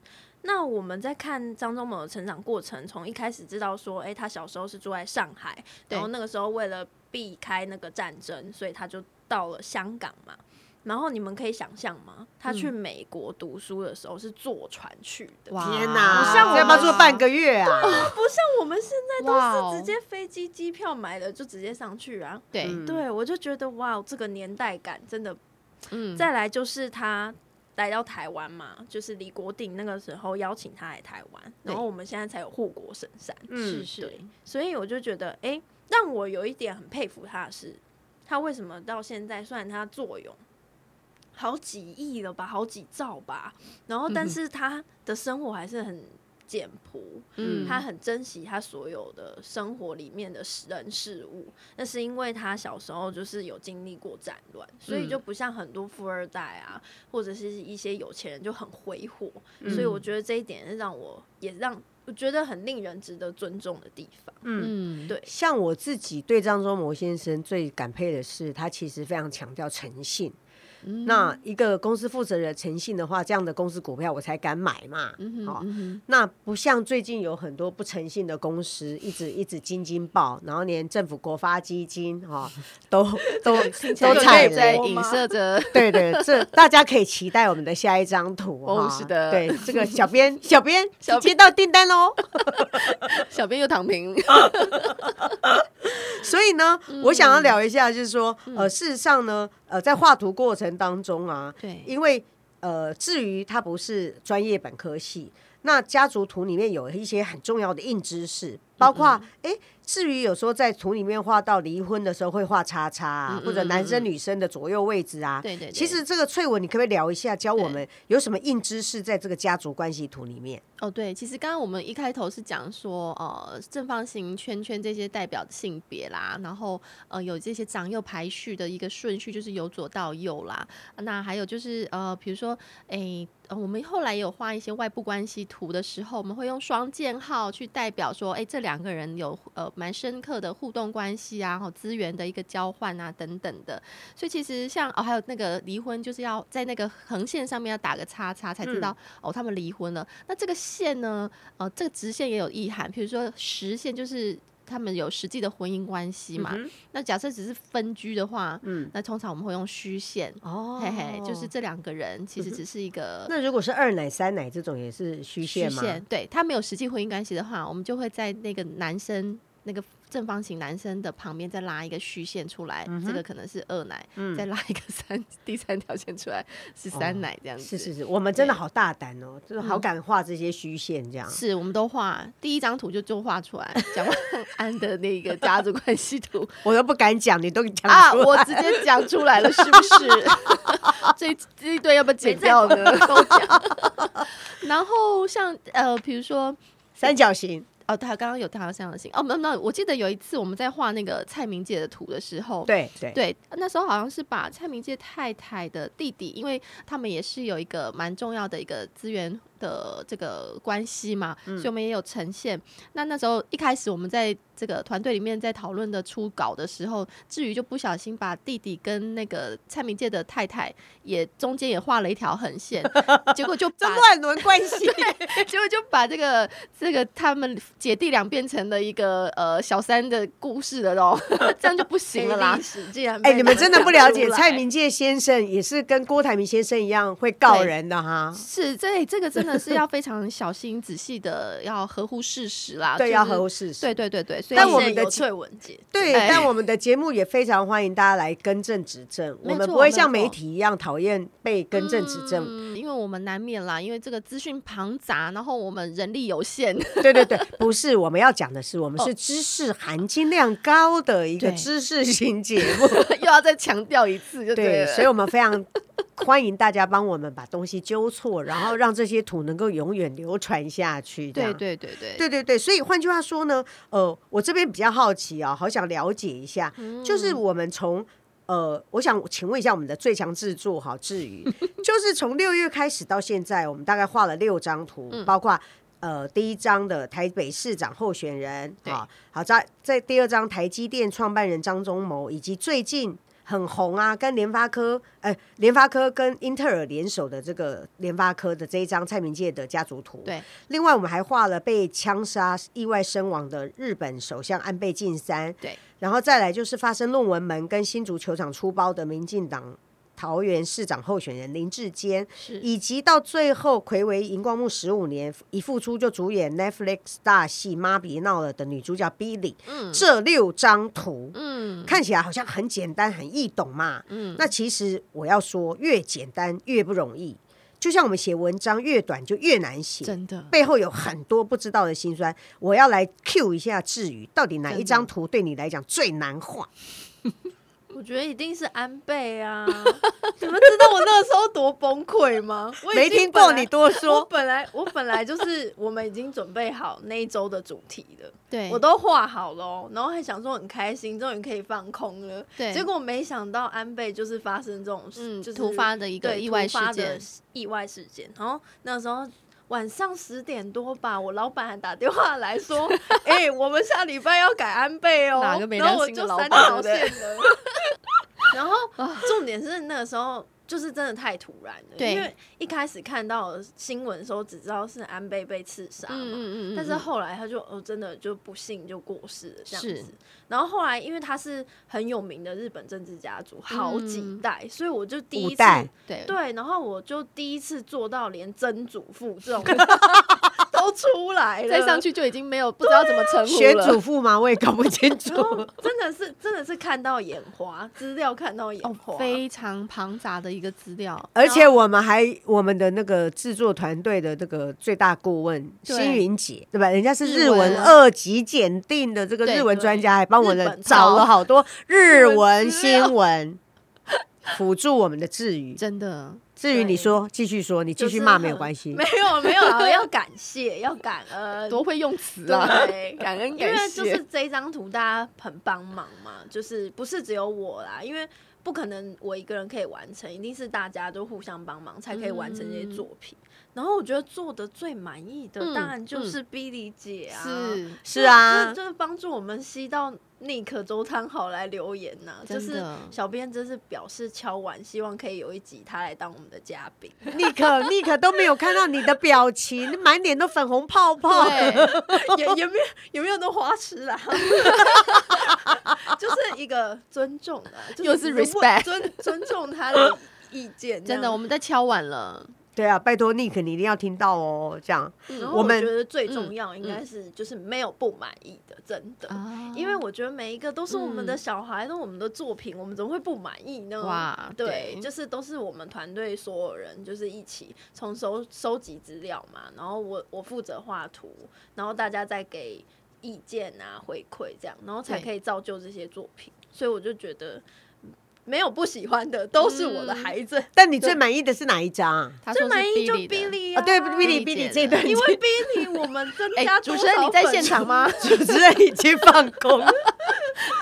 Speaker 3: 那我们在看张忠谋的成长过程，从一开始知道说，诶，他小时候是住在上海，
Speaker 2: 对
Speaker 3: 然后那个时候为了避开那个战争，所以他就到了香港嘛。然后你们可以想象吗？他去美国读书的时候是坐船去的，
Speaker 2: 嗯哇
Speaker 1: 天
Speaker 2: 不
Speaker 1: 哪，
Speaker 3: 像我
Speaker 1: 这要不要
Speaker 3: 们
Speaker 1: 做半个月啊？
Speaker 3: 不像我们现在
Speaker 2: 哇
Speaker 3: 都
Speaker 2: 哦
Speaker 3: 是直接飞机机票买了就直接上去啊。
Speaker 2: 对，
Speaker 1: 嗯
Speaker 3: 对，我就觉得哇，这个年代感真的。
Speaker 2: 嗯，
Speaker 3: 再来就是他来到台湾嘛，就是李国鼎那个时候邀请他来台湾，然后我们现在才有护国神山，
Speaker 2: 是
Speaker 1: 嗯，
Speaker 2: 是，
Speaker 3: 所以我就觉得，哎、让我有一点很佩服他的是，他为什么到现在，虽然他坐拥好几亿了吧，好几兆吧，然后但是他的生活还是很简朴，
Speaker 2: 嗯，
Speaker 3: 他很珍惜他所有的生活里面的人事物，那是因为他小时候就是有经历过战乱，所
Speaker 1: 嗯
Speaker 3: 以就不像很多富二代啊，或者是一些有钱人就很挥霍，
Speaker 1: 嗯
Speaker 3: 所以我觉得这一点是让我也让我觉得很令人值得尊重的地方。
Speaker 1: 嗯。
Speaker 2: 嗯，
Speaker 3: 对
Speaker 1: 像我自己对张忠谋先生最感佩的是，他其实非常强调诚信。
Speaker 2: 嗯
Speaker 1: 那一个公司负责人诚信的话，这样的公司股票我才敢买嘛。
Speaker 2: 嗯哼
Speaker 1: 好
Speaker 2: 嗯哼
Speaker 1: 那不像最近有很多不诚信的公司，一直一直津津报，然后连政府国发基金哈、都 都
Speaker 3: 起来
Speaker 1: 都
Speaker 3: 有
Speaker 1: 踩
Speaker 3: 点
Speaker 1: 雷
Speaker 2: 在
Speaker 3: 播
Speaker 2: 影
Speaker 3: 吗
Speaker 2: 射着
Speaker 1: 对对，这大家可以期待我们的下一张图
Speaker 2: 哦
Speaker 1: 哈
Speaker 2: 是的
Speaker 1: 对这 个小编，小编
Speaker 2: 小
Speaker 1: 接到订单喽。
Speaker 2: 小编又躺平，
Speaker 1: 所以呢，
Speaker 2: 嗯
Speaker 1: 我想要聊一下，就是说，呃，事实上呢，呃，在画图过程当中啊，
Speaker 2: 对，
Speaker 1: 因为呃，至于它不是专业本科系，那家族图里面有一些很重要的硬知
Speaker 2: 嗯
Speaker 1: 识，包括诶，至于有时候在图里面画到离婚的时候会画叉叉、啊
Speaker 2: 嗯，嗯
Speaker 1: 或者男
Speaker 2: 嗯
Speaker 1: 生
Speaker 2: 嗯
Speaker 1: 女生的左右位置啊。
Speaker 2: 对对对
Speaker 1: 其实这个翠文，你可不可以聊一下，教我们有什么硬知识在这个家族关系图里面？
Speaker 2: 哦对，其实刚刚我们一开头是讲说，呃，正方形圈圈这些代表性别啦，然后呃有这些长幼排序的一个顺序，就是由左到右啦。那还有就是呃，比如说，诶、呃我们后来有画一些外部关系图的时候，我们会用双箭号去代表说，诶、这两个人有呃蛮深刻的互动关系啊，然后资源的一个交换啊等等的。所以其实像哦，还有那个离婚，就是要在那个横线上面要打个叉叉，才
Speaker 1: 嗯
Speaker 2: 知道、哦他们离婚了。那这个线呢，呃，这个直线也有意涵，比如说实线就是他们有实际的婚姻关系嘛。
Speaker 1: 嗯
Speaker 2: 那假设只是分居的话，
Speaker 1: 嗯，
Speaker 2: 那通常我们会用虚线，
Speaker 1: 哦嗯
Speaker 2: 嘿嘿，就是这两个人其实只是一个。
Speaker 1: 那如果是二奶、三奶这种也是虚线吗？
Speaker 2: 对他没有实际婚姻关系的话，我们就会在那个男生那个正方形男生的旁边再拉一个虚线出来，这个可能是二奶，
Speaker 1: 嗯哦
Speaker 2: 再拉一个三 第三条线出来是三奶这样子。
Speaker 1: 是是是，我们真的
Speaker 2: 对嗯
Speaker 1: 好大胆哦，就是好敢画这些虚线这样。
Speaker 2: 是我们都画第一张图就就画出来，蒋万安的那个家族关系图
Speaker 1: 我都不敢讲，你都 讲出来
Speaker 2: 啊，我直接讲出来了，是不是？ 这一这一段要不要剪掉呢？ 然后像呃，比如说
Speaker 1: 三角形，
Speaker 2: 哦，他刚刚有谈到三角形哦，没有没有，我记得有一次我们在画那个蔡明介的图的时候，
Speaker 1: 对对
Speaker 2: 对，那时候好像是把蔡明介太太的弟弟，因为他们也是有一个蛮重要的一个资源的这个关系嘛，所以我们也有呈现。那那时候一开始我们在这个团队里面在讨论的初稿的时候，至于就不小心把弟弟跟那个蔡明介的太太也中间也画了一条横线，结果就
Speaker 1: 这
Speaker 2: 把
Speaker 1: 乱伦关 系，
Speaker 2: 结果就把这个这个他们姐弟俩变成了一个呃小三的故事了喽， 这样就不行了啦
Speaker 3: 历。史竟然
Speaker 1: 哎、
Speaker 3: 被
Speaker 1: 你们
Speaker 3: 拿
Speaker 1: 真的不
Speaker 3: 出
Speaker 1: 了解
Speaker 3: 来
Speaker 1: 蔡明介先生，也是跟郭台铭先生一样会告人的哈。
Speaker 2: 是，这这个真的是要非常小心、仔细的，要合乎事实啦。
Speaker 1: 对，
Speaker 2: 就是
Speaker 1: 要合乎事实。
Speaker 2: 对对对对，所以
Speaker 1: 但我们
Speaker 3: 现
Speaker 1: 的
Speaker 3: 在有
Speaker 1: 其
Speaker 3: 翠文姐，
Speaker 1: 对，
Speaker 2: 哎
Speaker 1: 但我们的节目也非常欢迎大家来更正指正，
Speaker 2: 没
Speaker 1: 我们
Speaker 2: 错
Speaker 1: 不会
Speaker 2: 没
Speaker 1: 像
Speaker 2: 错
Speaker 1: 媒体一样讨厌被更正指正。
Speaker 2: 嗯因为我们难免啦，因为这个资讯庞杂，然后我们人力有限，
Speaker 1: 对对对，不是我们要讲的是，我们
Speaker 2: 哦
Speaker 1: 是知识含金量高的一个
Speaker 2: 对
Speaker 1: 知识型节目。
Speaker 2: 又要再强调一次，就
Speaker 1: 对，
Speaker 2: 了。
Speaker 1: 所以我们非常欢迎大家帮我们把东西纠错，然后让这些图能够永远流传下去。这
Speaker 2: 对
Speaker 1: 样
Speaker 2: 对对对，
Speaker 1: 对对对，所以换句话说呢，呃，我这边比较好奇啊，好想了解一下，就是
Speaker 2: 嗯
Speaker 1: 我们从。呃，我想请问一下我们的最强制作哈，至于就是从六月开始到现在，我们大概画了六张图，
Speaker 2: 嗯
Speaker 1: 包括呃第一张的台北市长候选人
Speaker 2: 对
Speaker 1: 啊，好在在第二张台积电创办人张忠谋，以及最近很红啊，跟联发科呃联发科跟英特尔联手的这个联发科的这一张蔡明介的家族图，
Speaker 2: 对
Speaker 1: 另外，我们还画了被枪杀、意外身亡的日本首相安倍晋三。
Speaker 2: 对，
Speaker 1: 然后再来就是发生论文门跟新竹球场出包的民进党桃园市长候选人林志坚，
Speaker 2: 是
Speaker 1: 以及到最后魁为荧光幕十五年，一复出就主演 Netflix 大戏《妈别闹了》的女主角 Billy。
Speaker 2: 嗯
Speaker 1: 这六张图。
Speaker 2: 嗯，
Speaker 1: 看起来好像很简单、很易懂嘛。嗯，那其实我要说，越简单越不容易。就像我们写文章越短就越难写，
Speaker 2: 真的
Speaker 1: 背后有很多不知道的辛酸。我要来 Q 一下志宇，到底哪一张图对你来讲最难画？
Speaker 3: 我觉得一定是安倍啊！ 你们知道我那个时候多崩溃吗？我已
Speaker 1: 没
Speaker 3: 经
Speaker 1: 听
Speaker 3: 本
Speaker 1: 过
Speaker 3: 来
Speaker 1: 你多
Speaker 3: 我
Speaker 2: 哦
Speaker 1: 说，
Speaker 3: 本来我本来就是我们已经准备好那一周的主题了，
Speaker 2: 对，
Speaker 3: 我都画好喽，然后还想说很开心，终于可以放空了。
Speaker 2: 对
Speaker 3: 结果没想到安倍就是发生这种事，
Speaker 2: 嗯
Speaker 3: 就是
Speaker 2: 突发的一个
Speaker 3: 对
Speaker 2: 意外
Speaker 3: 突
Speaker 2: 事
Speaker 3: 发的
Speaker 2: 件，
Speaker 3: 意外事件。然后那时候晚上十点多吧，我老板还打电话 来说：“哎、我们下礼拜要改安倍哦。”
Speaker 2: 哪个没
Speaker 3: 然后
Speaker 2: 良
Speaker 3: 我
Speaker 2: 心的
Speaker 3: 就
Speaker 2: 老
Speaker 3: 三
Speaker 2: 板
Speaker 3: 条
Speaker 2: 对
Speaker 3: 线了。然后重点是那个时候就是真的太突然了。
Speaker 2: 啊对
Speaker 3: 因为一开始看到新闻的时候，只知道是安倍被刺杀嘛，
Speaker 2: 嗯嗯嗯，
Speaker 3: 但是后来他就哦，真的就不幸就过世了这样
Speaker 2: 是
Speaker 3: 子。然后后来，因为他是很有名的日本政治家族，好几
Speaker 2: 嗯
Speaker 3: 代，所以我就第
Speaker 1: 五
Speaker 3: 一次
Speaker 1: 代
Speaker 2: 对
Speaker 3: 对，然后我就第一次做到连曾祖父这种 都出来了，
Speaker 2: 再上。去就已经没有不知道怎么称呼
Speaker 1: 学
Speaker 2: 了。
Speaker 1: 祖父吗？我也搞不清楚
Speaker 3: 然。后真的是真的是看到眼花，资料看到眼花，
Speaker 2: 哦非常庞杂的一个资料，
Speaker 1: 而且我们还我们的那个制作团队的那个最大顾问
Speaker 2: 对
Speaker 1: 星云姐，对吧？人家是
Speaker 2: 日
Speaker 1: 日文
Speaker 2: 文
Speaker 1: 二级检定的这个
Speaker 2: 对
Speaker 1: 日文
Speaker 3: 对
Speaker 1: 专家，还帮我
Speaker 3: 日
Speaker 1: 们
Speaker 3: 本
Speaker 1: 找了
Speaker 3: 超
Speaker 1: 好多日
Speaker 3: 日文
Speaker 1: 文
Speaker 3: 资料
Speaker 1: 新闻，辅助我们的治 愈。
Speaker 2: 真的
Speaker 1: 至于你
Speaker 3: 对
Speaker 1: 说继续说，你继
Speaker 3: 就是
Speaker 1: 续骂没有
Speaker 3: 很
Speaker 1: 关系
Speaker 3: 没。有没有啊，要感谢，要感恩，
Speaker 2: 多会用词啊！
Speaker 3: 对，
Speaker 2: 感恩
Speaker 3: 因
Speaker 2: 感
Speaker 3: 为
Speaker 2: 谢
Speaker 3: 就是这张图大家很帮忙嘛，就是不是只有我啦，因为不可能我一个人可以完成，一定是大家都互相帮忙才可以完成这些作品。然后我觉得做的最满意的、
Speaker 2: 嗯
Speaker 3: 当然就是 Billy 姐 啊，
Speaker 2: 是
Speaker 1: 是啊
Speaker 3: 就，就是帮助我们吸到尼可周汤好来留言呐、就
Speaker 2: 真
Speaker 3: 是
Speaker 2: 的
Speaker 3: 小编真是表示敲完，希望可以有一集他来当我们的嘉 宾。
Speaker 1: 尼克 尼克都没有看到你的表情，满脸都粉红泡泡。
Speaker 2: 对，
Speaker 3: 也也没有也没有那么花痴 啦，就是一个尊重啊，就
Speaker 2: 又是
Speaker 3: 问
Speaker 2: respect
Speaker 3: 尊尊重他的意见，
Speaker 2: 真的，我
Speaker 3: 我
Speaker 2: 们在敲碗了。
Speaker 1: 对啊，拜托尼克，你一定要听到哦。这样，
Speaker 3: 然
Speaker 1: 我
Speaker 3: 后我
Speaker 1: 们
Speaker 3: 觉得最
Speaker 2: 嗯
Speaker 3: 重要应该是就是没有不满意的，真的。
Speaker 2: 啊
Speaker 3: 哦因为我觉得每一个都是我们的
Speaker 2: 嗯
Speaker 3: 小孩，都是我们的作品，我们怎么会不满意呢？
Speaker 2: 哇
Speaker 3: 对
Speaker 2: 对，
Speaker 3: 就是都是我们团队所有人，就是一起从收收集资料嘛，然后我我负责画图，然后大家再给意见啊回馈这样，然后才
Speaker 2: 对
Speaker 3: 可以造就这些作品。所以我就觉得嗯没有不喜欢的，都是我的孩子。
Speaker 1: 但你最满意的是哪一张啊？
Speaker 2: 嗯他
Speaker 3: 最
Speaker 2: 说是
Speaker 3: 满意就
Speaker 2: Billy 的
Speaker 3: Billy
Speaker 1: 啊，对，Billy
Speaker 2: ，Billy 姐
Speaker 1: Billy
Speaker 2: 的
Speaker 1: 这一段
Speaker 3: 因为 Billy 我们增
Speaker 2: 哎
Speaker 3: 加，
Speaker 2: 主
Speaker 3: 多
Speaker 2: 持人
Speaker 3: 少
Speaker 2: 你在
Speaker 3: 粉
Speaker 2: 现
Speaker 3: 丝
Speaker 2: 场吗？
Speaker 1: 主持人已经放空 了，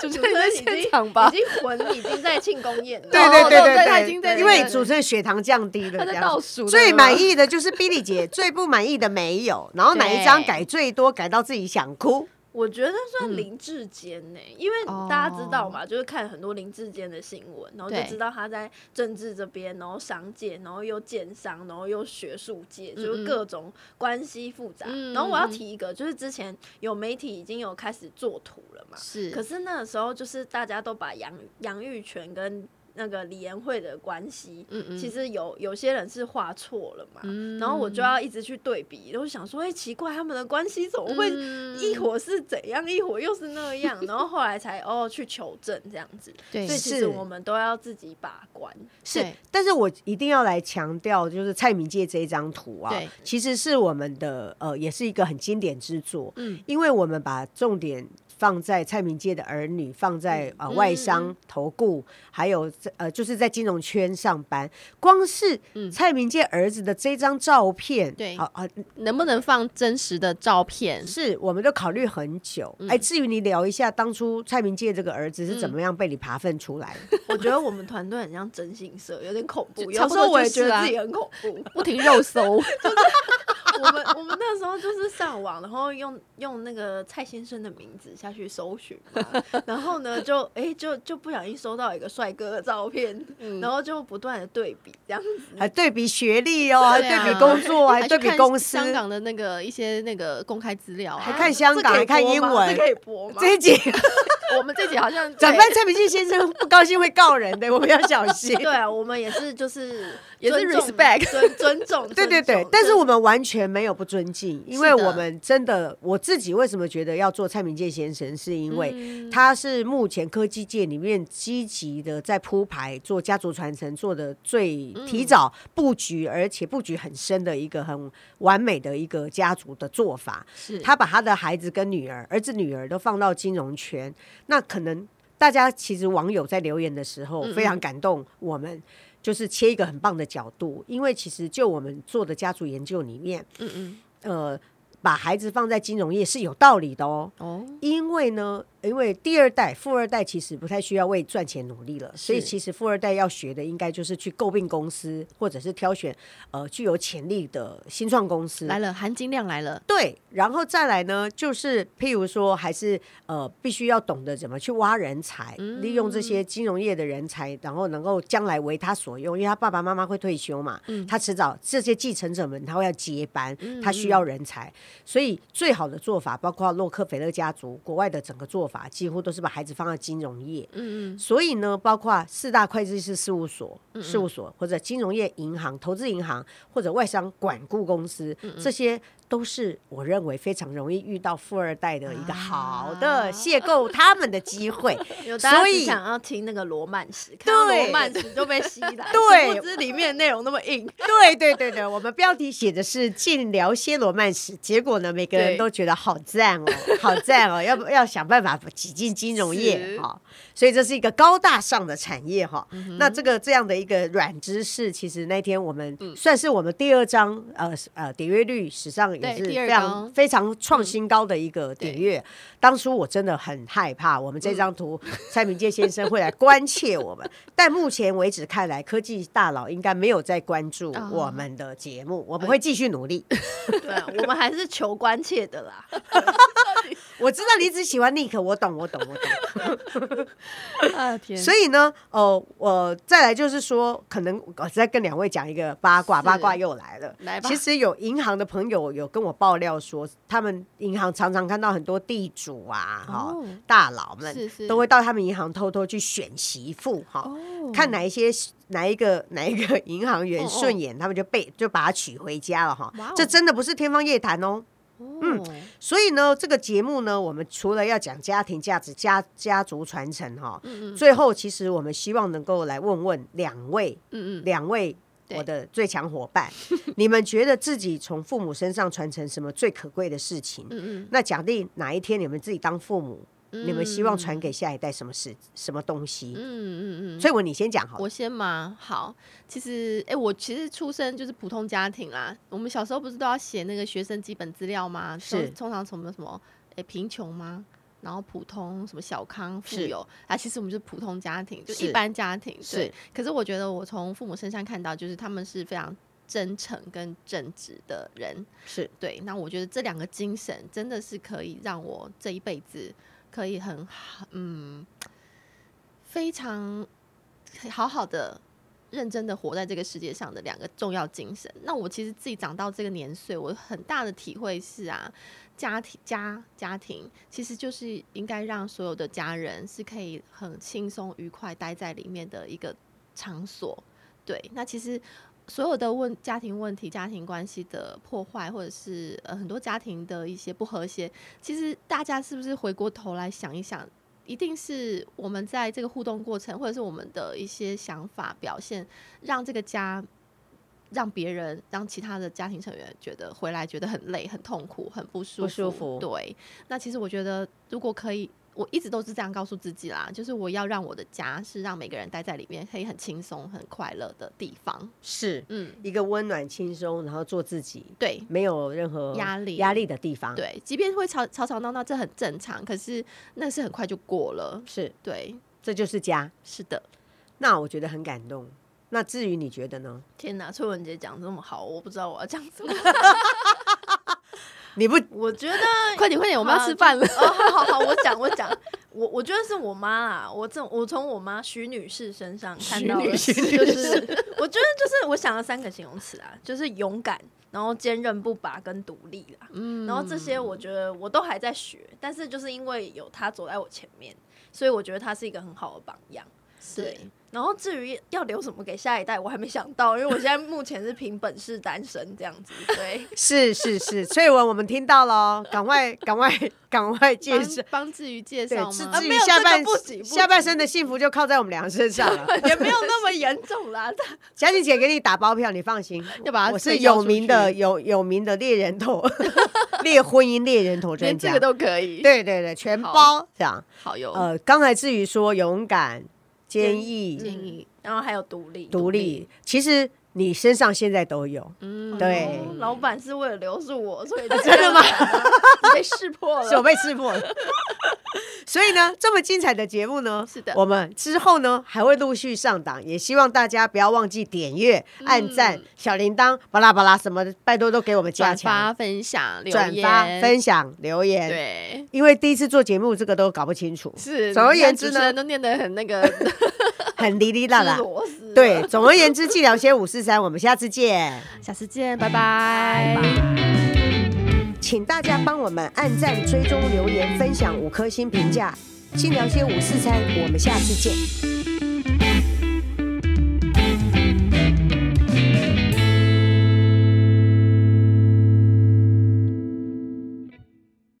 Speaker 2: 主持
Speaker 3: 主
Speaker 2: 人
Speaker 3: 持
Speaker 2: 在
Speaker 3: 人已经
Speaker 2: 现场吧
Speaker 3: 已？经魂已经在庆功宴了。
Speaker 1: 对
Speaker 2: 哦
Speaker 1: 对
Speaker 2: 对
Speaker 1: 对
Speaker 2: 对他已经在
Speaker 1: 因
Speaker 2: 那
Speaker 1: 为
Speaker 2: 个
Speaker 1: 主持人血糖降低了，
Speaker 2: 他
Speaker 1: 这
Speaker 2: 在
Speaker 1: 样
Speaker 2: 倒数，
Speaker 1: 最满。意的就是 Billy 姐，最不满意的没有，然后哪一张改最多，改到自己想哭。
Speaker 3: 我觉得算
Speaker 2: 嗯哦
Speaker 3: 林志坚呢、因为大家知道嘛，就是看很多林志坚的新闻，然后就
Speaker 2: 对
Speaker 3: 知道他在政治这边，然后商界，然后又建商，然后又学术界，
Speaker 2: 嗯
Speaker 3: 就是各种关系复杂。
Speaker 2: 嗯
Speaker 3: 然后我要
Speaker 2: 嗯嗯
Speaker 3: 提一个，就是之前有媒体已经有开始做图了嘛，
Speaker 2: 是，
Speaker 3: 可是那个时候就是大家都把杨杨玉泉跟那个李延慧的关系，
Speaker 2: 嗯嗯，
Speaker 3: 其实有有些人是画错了嘛。
Speaker 2: 嗯，
Speaker 3: 然后我就要一直去对比，然后想说，哎、奇怪，他们的关系怎么会
Speaker 2: 嗯
Speaker 3: 一会儿是怎样，一会儿又是那样，然后后来才哦去求证这样子，
Speaker 2: 对
Speaker 3: 所以其
Speaker 1: 是
Speaker 3: 实我们都要自己把关。
Speaker 1: 是
Speaker 2: 对，
Speaker 1: 但是我一定要来强调，就是蔡明介这一张图啊
Speaker 2: 对，
Speaker 1: 其实是我们的呃，也是一个很经典之作，
Speaker 2: 嗯
Speaker 1: 因为我们把重点。放在蔡明介的儿女，放在啊、呃
Speaker 2: 嗯
Speaker 1: 外商、投顾，还有在呃就是在金融圈上班。光是
Speaker 2: 嗯
Speaker 1: 蔡明介儿子的这张照片，
Speaker 2: 对
Speaker 1: 好啊、
Speaker 2: 能不能放真实的照片？
Speaker 1: 是，我们都考虑很久。哎、
Speaker 2: 嗯
Speaker 1: 至于你聊一下当初蔡明介这个儿子是怎么样被你扒粪出来 的，
Speaker 3: 我觉得我们团队很像征信社，有点恐
Speaker 2: 就
Speaker 3: 怖，
Speaker 2: 差
Speaker 3: 有
Speaker 2: 不
Speaker 3: 时
Speaker 2: 多
Speaker 3: 候我也
Speaker 2: 就是
Speaker 3: 觉得
Speaker 2: 啊
Speaker 3: 自己很恐 怖。
Speaker 2: 不停肉搜，
Speaker 3: 我们我们那时候就是上网，然后用用那个蔡先生的名字下去搜寻嘛，然后呢就哎、就就不小心收到一个帅哥的照片，然后就不断的对比这样子。
Speaker 1: 还对比学历哦，还
Speaker 2: 对啊
Speaker 1: 对比工作，还
Speaker 2: 去
Speaker 1: 哎对比
Speaker 2: 看
Speaker 1: 公司。
Speaker 2: 香港的那个一些那个公开资料啊，
Speaker 1: 还看香港
Speaker 3: 这可以
Speaker 1: 还看
Speaker 3: 播
Speaker 1: 英
Speaker 3: 吗
Speaker 1: 文
Speaker 3: 这可以播吗？
Speaker 1: 这一集
Speaker 2: 我们这集好 像
Speaker 1: 长扮蔡明介先生不高兴会告人的，我们要小心。
Speaker 3: 对啊，我们也是就是
Speaker 2: 也是
Speaker 3: 尊重
Speaker 2: respect
Speaker 3: 尊尊重，
Speaker 1: 对对
Speaker 3: 尊
Speaker 1: 对
Speaker 3: 重，
Speaker 1: 但是
Speaker 3: 尊
Speaker 1: 我们完全没有不尊敬，因为
Speaker 2: 是的
Speaker 1: 我们真的我自己为什么觉得要做蔡明介先生，是因为
Speaker 2: 嗯
Speaker 1: 他是目前科技界里面积极的在铺排做家族传承做的最提早布局，而且布局很深的一个很完美的一个家族的做法。
Speaker 2: 是
Speaker 1: 他把他的孩子跟女儿、儿子、女儿都放到金融圈，那可能大家其实网友在留言的时候
Speaker 2: 嗯嗯
Speaker 1: 非常感动我们。就是切一个很棒的角度，因为其实就我们做的家族研究里面，
Speaker 2: 嗯嗯
Speaker 1: 呃，把孩子放在金融业是有道理的哦。
Speaker 2: 哦，
Speaker 1: 因为呢，因为第二代、富二代其实不太需要为赚钱努力了，所以
Speaker 2: 是
Speaker 1: 其实富二代要学的应该就是去诟病公司，或者是挑选呃具有潜力的新创公司
Speaker 2: 来了，含金量来了，
Speaker 1: 对，然后再来呢，就是譬如说，还是呃，必须要懂得怎么去挖人才，利用这些金融业的人才，然后能够将来为他所用，因为他爸爸妈妈会退休嘛，他迟早这些继承者们他会要接班，他需要人才，所以最好的做法，包括洛克菲勒家族国外的整个做法，几乎都是把孩子放在金融业，
Speaker 2: 嗯嗯，
Speaker 1: 所以呢，包括四大会计师事务所、
Speaker 3: 嗯
Speaker 1: 事务所或者金融业银行、投资银行或者外商管顾公司，
Speaker 3: 嗯
Speaker 1: 这些都是我认为非常容易遇到富二代的一个好的
Speaker 2: 啊
Speaker 1: 邂逅他们的机会。
Speaker 3: 有大家
Speaker 1: 所
Speaker 3: 只
Speaker 1: 以
Speaker 3: 想要听那个罗曼史，看到
Speaker 1: 对
Speaker 3: 罗曼史就被吸来，
Speaker 1: 对
Speaker 3: 殊不知里面内容那么硬，
Speaker 1: 对对对对，我们标题写的是“尽聊些罗曼史”，结果呢，每个人
Speaker 3: 对
Speaker 1: 都觉得好赞哦，好赞哦，要不要想办法挤进金融业
Speaker 3: 是
Speaker 1: 哈、所以这是一个高大上的产业哈、
Speaker 2: 嗯
Speaker 1: 那这个这样的一个软知识，其实那天我们
Speaker 2: 嗯
Speaker 1: 算是我们第二章、呃呃点阅率史上也
Speaker 2: 对
Speaker 1: 是
Speaker 2: 第
Speaker 1: 非
Speaker 2: 二嗯
Speaker 1: 常
Speaker 2: 章
Speaker 1: 非常创新高的一个点阅。当初我真的很害怕，我们这张图
Speaker 2: 嗯
Speaker 1: 蔡明介先生会来关切我 们，但目前为止看来，科技大佬应该没有在关注
Speaker 2: 啊哎
Speaker 1: 我们的节目，我们会继续努力。
Speaker 3: 对啊，我们还是求关切的啦。
Speaker 1: 我知道你只喜欢 Nick，我懂，我懂，我懂。
Speaker 2: 啊天，
Speaker 1: 所以呢，呃，我再来就是说，可能我再跟两位讲一个八卦，
Speaker 2: 是
Speaker 1: 八卦又来了。
Speaker 2: 来吧，
Speaker 1: 其实有银行的朋友有跟我爆料说，他们银行常常看到很多地主啊，哈、
Speaker 2: 哦
Speaker 1: 大佬们
Speaker 2: 是是
Speaker 1: 都会到他们银行偷偷去选媳妇，哈、
Speaker 2: 哦
Speaker 1: 看哪一些哪一个哪一个银行员
Speaker 2: 哦哦
Speaker 1: 顺眼，他们就被就把他娶回家了哈
Speaker 2: 哇哦。
Speaker 1: 这真的不是天方夜谭哦。
Speaker 2: 嗯，
Speaker 1: 所以呢，这个节目呢，我们除了要讲家庭价值、家家族传承哈，
Speaker 2: 嗯嗯
Speaker 1: 最后其实我们希望能够来问问两位，
Speaker 2: 嗯嗯，
Speaker 1: 两位
Speaker 2: 对
Speaker 1: 我的最强伙 伴，你们觉得自己从父母身上传承什么最可贵的事情？
Speaker 2: 嗯
Speaker 1: 那假定哪一天你们自己当父母，
Speaker 2: 嗯，
Speaker 1: 你们希望传给下一代什么事、什么东西？
Speaker 2: 嗯嗯嗯嗯，
Speaker 1: 所以我你先讲好了
Speaker 2: 我先嘛，好，其实，哎、我其实出生就是普通家庭啦。我们小时候不是都要写那个学生基本资料吗？通
Speaker 1: 是
Speaker 2: 通常什么什么，哎、贫穷吗？然后普通什么小康富
Speaker 1: 是
Speaker 2: 有啊，其实我们就是普通家庭，就是一般家庭。对
Speaker 1: 是，
Speaker 2: 可是我觉得我从父母身上看到，就是他们是非常真诚跟正直的人。
Speaker 1: 是。
Speaker 2: 对，那我觉得这两个精神真的是可以让我这一辈子可以很好，嗯，非常好好的、认真的活在这个世界上的两个重要精神。那我其实自己长到这个年岁，我很大的体会是啊，家庭家家庭其实就是应该让所有的家人是可以很轻松愉快待在里面的一个场所。对，那其实所有的问家庭问题、家庭关系的破坏，或者是呃很多家庭的一些不和谐，其实大家是不是回过头来想一想，一定是我们在这个互动过程，或者是我们的一些想法表现，让这个家。让别人，让其他的家庭成员觉得回来觉得很累、很痛苦、很不舒服。
Speaker 1: 不舒服
Speaker 2: 对，那其实我觉得，如果可以，我一直都是这样告诉自己啦，就是我要让我的家是让每个人待在里面可以很轻松、很快乐的地方。
Speaker 1: 是
Speaker 2: 嗯，
Speaker 1: 一个温暖、轻松，然后做自己，
Speaker 2: 对，
Speaker 1: 没有任何
Speaker 2: 压力
Speaker 1: 压力的地方。，
Speaker 2: 对，即便会吵吵吵闹闹，这很正常。可是那是很快就过了。
Speaker 1: 是
Speaker 2: 对，
Speaker 1: 这就是家。
Speaker 2: 是的，
Speaker 1: 那我觉得很感动。那至于你觉得呢？
Speaker 3: 天哪，崔文杰讲这么好，我不知道我要讲什么。
Speaker 1: 你不
Speaker 3: 我觉得
Speaker 2: 快点快点，我们要
Speaker 3: 好
Speaker 2: 吃
Speaker 3: 就
Speaker 2: 饭了。
Speaker 3: 哦，好好好，我讲我讲，我我觉得是我妈啦，我这我从我妈徐女士身上看到的，
Speaker 1: 徐
Speaker 3: 就
Speaker 1: 女
Speaker 3: 是
Speaker 1: 士
Speaker 3: 我觉得就是我想了三个形容词啊，就是勇敢，然后坚韧不拔跟独立啦。
Speaker 2: 嗯
Speaker 3: 然后这些我觉得我都还在学，但是就是因为有她走在我前面，所以我觉得她是一个很好的榜样。
Speaker 2: 是
Speaker 3: 对，然后至于要留什么给下一代，我还没想到，因为我现在目前是凭本事单身这样子。对，
Speaker 1: 是是是， 翠文，我们听到了哦，赶快赶快 赶快介
Speaker 2: 帮
Speaker 1: 绍。
Speaker 2: 帮啊志宇介
Speaker 1: 对，
Speaker 2: 绍
Speaker 1: 至
Speaker 2: 吗
Speaker 1: 至？
Speaker 3: 没
Speaker 1: 于
Speaker 3: 有
Speaker 1: 下
Speaker 3: 这个
Speaker 1: 半
Speaker 3: 不行不
Speaker 1: 下半
Speaker 3: 行
Speaker 1: 生的幸福就靠在我们两个身上 了。
Speaker 3: 也没有那么严重啦，
Speaker 1: 佳琪姐给你打包票，你放心，
Speaker 2: 要把它
Speaker 1: 我是
Speaker 2: 推销
Speaker 1: 有
Speaker 2: 出
Speaker 1: 名的
Speaker 2: 去
Speaker 1: 有有名的猎人头， 猎婚姻猎人头专
Speaker 2: 连这
Speaker 1: 家
Speaker 2: 个。都可以。，
Speaker 1: 对对对，全
Speaker 2: 好
Speaker 1: 包这样。
Speaker 2: 好哟。
Speaker 1: 呃，刚才至于说勇敢、坚
Speaker 3: 坚
Speaker 1: 毅、
Speaker 2: 建议
Speaker 3: 然后还有独立，
Speaker 1: 嗯独立，其实你身上现在都有，
Speaker 2: 嗯
Speaker 1: 对
Speaker 3: 哦老板是为了留住我，所以真
Speaker 1: 真的吗？
Speaker 3: 啊被识破
Speaker 1: 手
Speaker 3: 了。
Speaker 1: 被识破 了。所以呢，这么精彩的节目呢，
Speaker 2: 是的
Speaker 1: 我们之后呢还会陆续上档，也希望大家不要忘记点阅、
Speaker 2: 嗯
Speaker 1: 按赞、小铃铛、巴拉巴拉什么的，拜托都给我们加
Speaker 2: 转
Speaker 1: 强、
Speaker 2: 发、分享、留
Speaker 1: 转
Speaker 2: 言、
Speaker 1: 发、分享、留言。
Speaker 2: 对。
Speaker 1: 因为第一次做节目，这个都搞不清楚，
Speaker 2: 是，
Speaker 1: 总而
Speaker 2: 你
Speaker 1: 言
Speaker 2: 看
Speaker 1: 之
Speaker 2: 主持
Speaker 1: 呢
Speaker 2: 人都念得很那个
Speaker 1: 很哩哩啦啦
Speaker 3: 吃。螺丝，
Speaker 1: 对，总而言之，寂寥些五四三，我们下次见。
Speaker 2: 下次见，拜拜。
Speaker 1: 请大家帮我们按赞、追踪、留言、分享五颗星评价。尽聊些五四三，我们下次见。